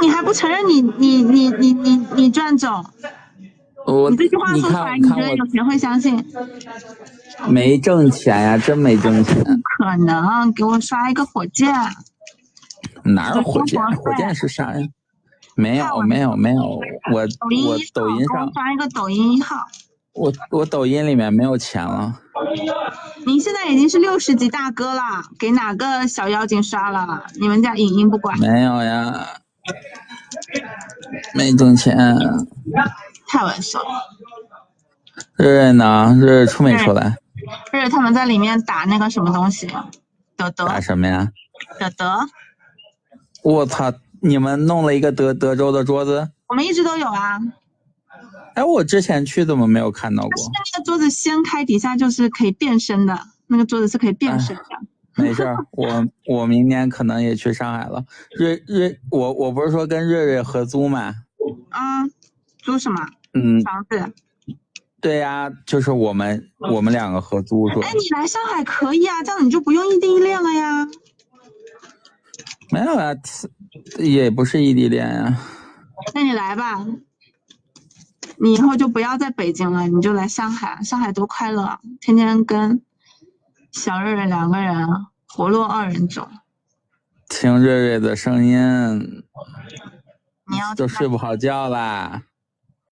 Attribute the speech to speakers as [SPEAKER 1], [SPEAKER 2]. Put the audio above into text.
[SPEAKER 1] 你还不承认你你你你你你赚走？
[SPEAKER 2] 我
[SPEAKER 1] 你这句话
[SPEAKER 2] 你
[SPEAKER 1] 说出
[SPEAKER 2] 看
[SPEAKER 1] 来，
[SPEAKER 2] 我
[SPEAKER 1] 你觉
[SPEAKER 2] 看
[SPEAKER 1] 得有
[SPEAKER 2] 我
[SPEAKER 1] 谁会相信？
[SPEAKER 2] 没挣钱呀、真没挣钱，
[SPEAKER 1] 可能给我刷一个火箭。
[SPEAKER 2] 哪有火箭
[SPEAKER 1] 我？
[SPEAKER 2] 火箭是啥呀？没
[SPEAKER 1] 看
[SPEAKER 2] 有
[SPEAKER 1] 我
[SPEAKER 2] 没有没有，我
[SPEAKER 1] 抖音
[SPEAKER 2] 我
[SPEAKER 1] 一号，
[SPEAKER 2] 抖音
[SPEAKER 1] 给我
[SPEAKER 2] 上
[SPEAKER 1] 刷一个抖音一号。
[SPEAKER 2] 我我抖音里面没有钱了，
[SPEAKER 1] 您现在已经是六十级大哥了，给哪个小妖精刷了？你们家影音不管，
[SPEAKER 2] 没有呀，没挣钱。
[SPEAKER 1] 太猥琐了。
[SPEAKER 2] 瑞瑞呢？瑞瑞出没
[SPEAKER 1] 哎
[SPEAKER 2] 出来？
[SPEAKER 1] 是他们在里面打那个什么东西，德德
[SPEAKER 2] 打什么呀？
[SPEAKER 1] 德德，
[SPEAKER 2] 我操！你们弄了一个德德州的桌子？
[SPEAKER 1] 我们一直都有啊。
[SPEAKER 2] 哎，我之前去怎么没有看到过？
[SPEAKER 1] 那个桌子掀开底下就是可以变身的，那个桌子是可以
[SPEAKER 2] 哎
[SPEAKER 1] 变身的。
[SPEAKER 2] 没事儿，我我明年可能也去上海了。瑞瑞，我我不是说跟瑞瑞合租嘛？
[SPEAKER 1] 啊，租什么
[SPEAKER 2] 嗯，
[SPEAKER 1] 房子？哎，
[SPEAKER 2] 对呀、就是我们我们两个合租住。
[SPEAKER 1] 哎你来上海可以啊，这样你就不用异地恋了呀。
[SPEAKER 2] 没有啊，也不是异地恋啊呀、
[SPEAKER 1] 那你来吧，你以后就不要在北京了，你就来上海，上海多快乐啊，天天跟小瑞瑞两个人活络二人转。
[SPEAKER 2] 听瑞瑞的声音
[SPEAKER 1] 你要
[SPEAKER 2] 都
[SPEAKER 1] 听到
[SPEAKER 2] 睡不好觉啦。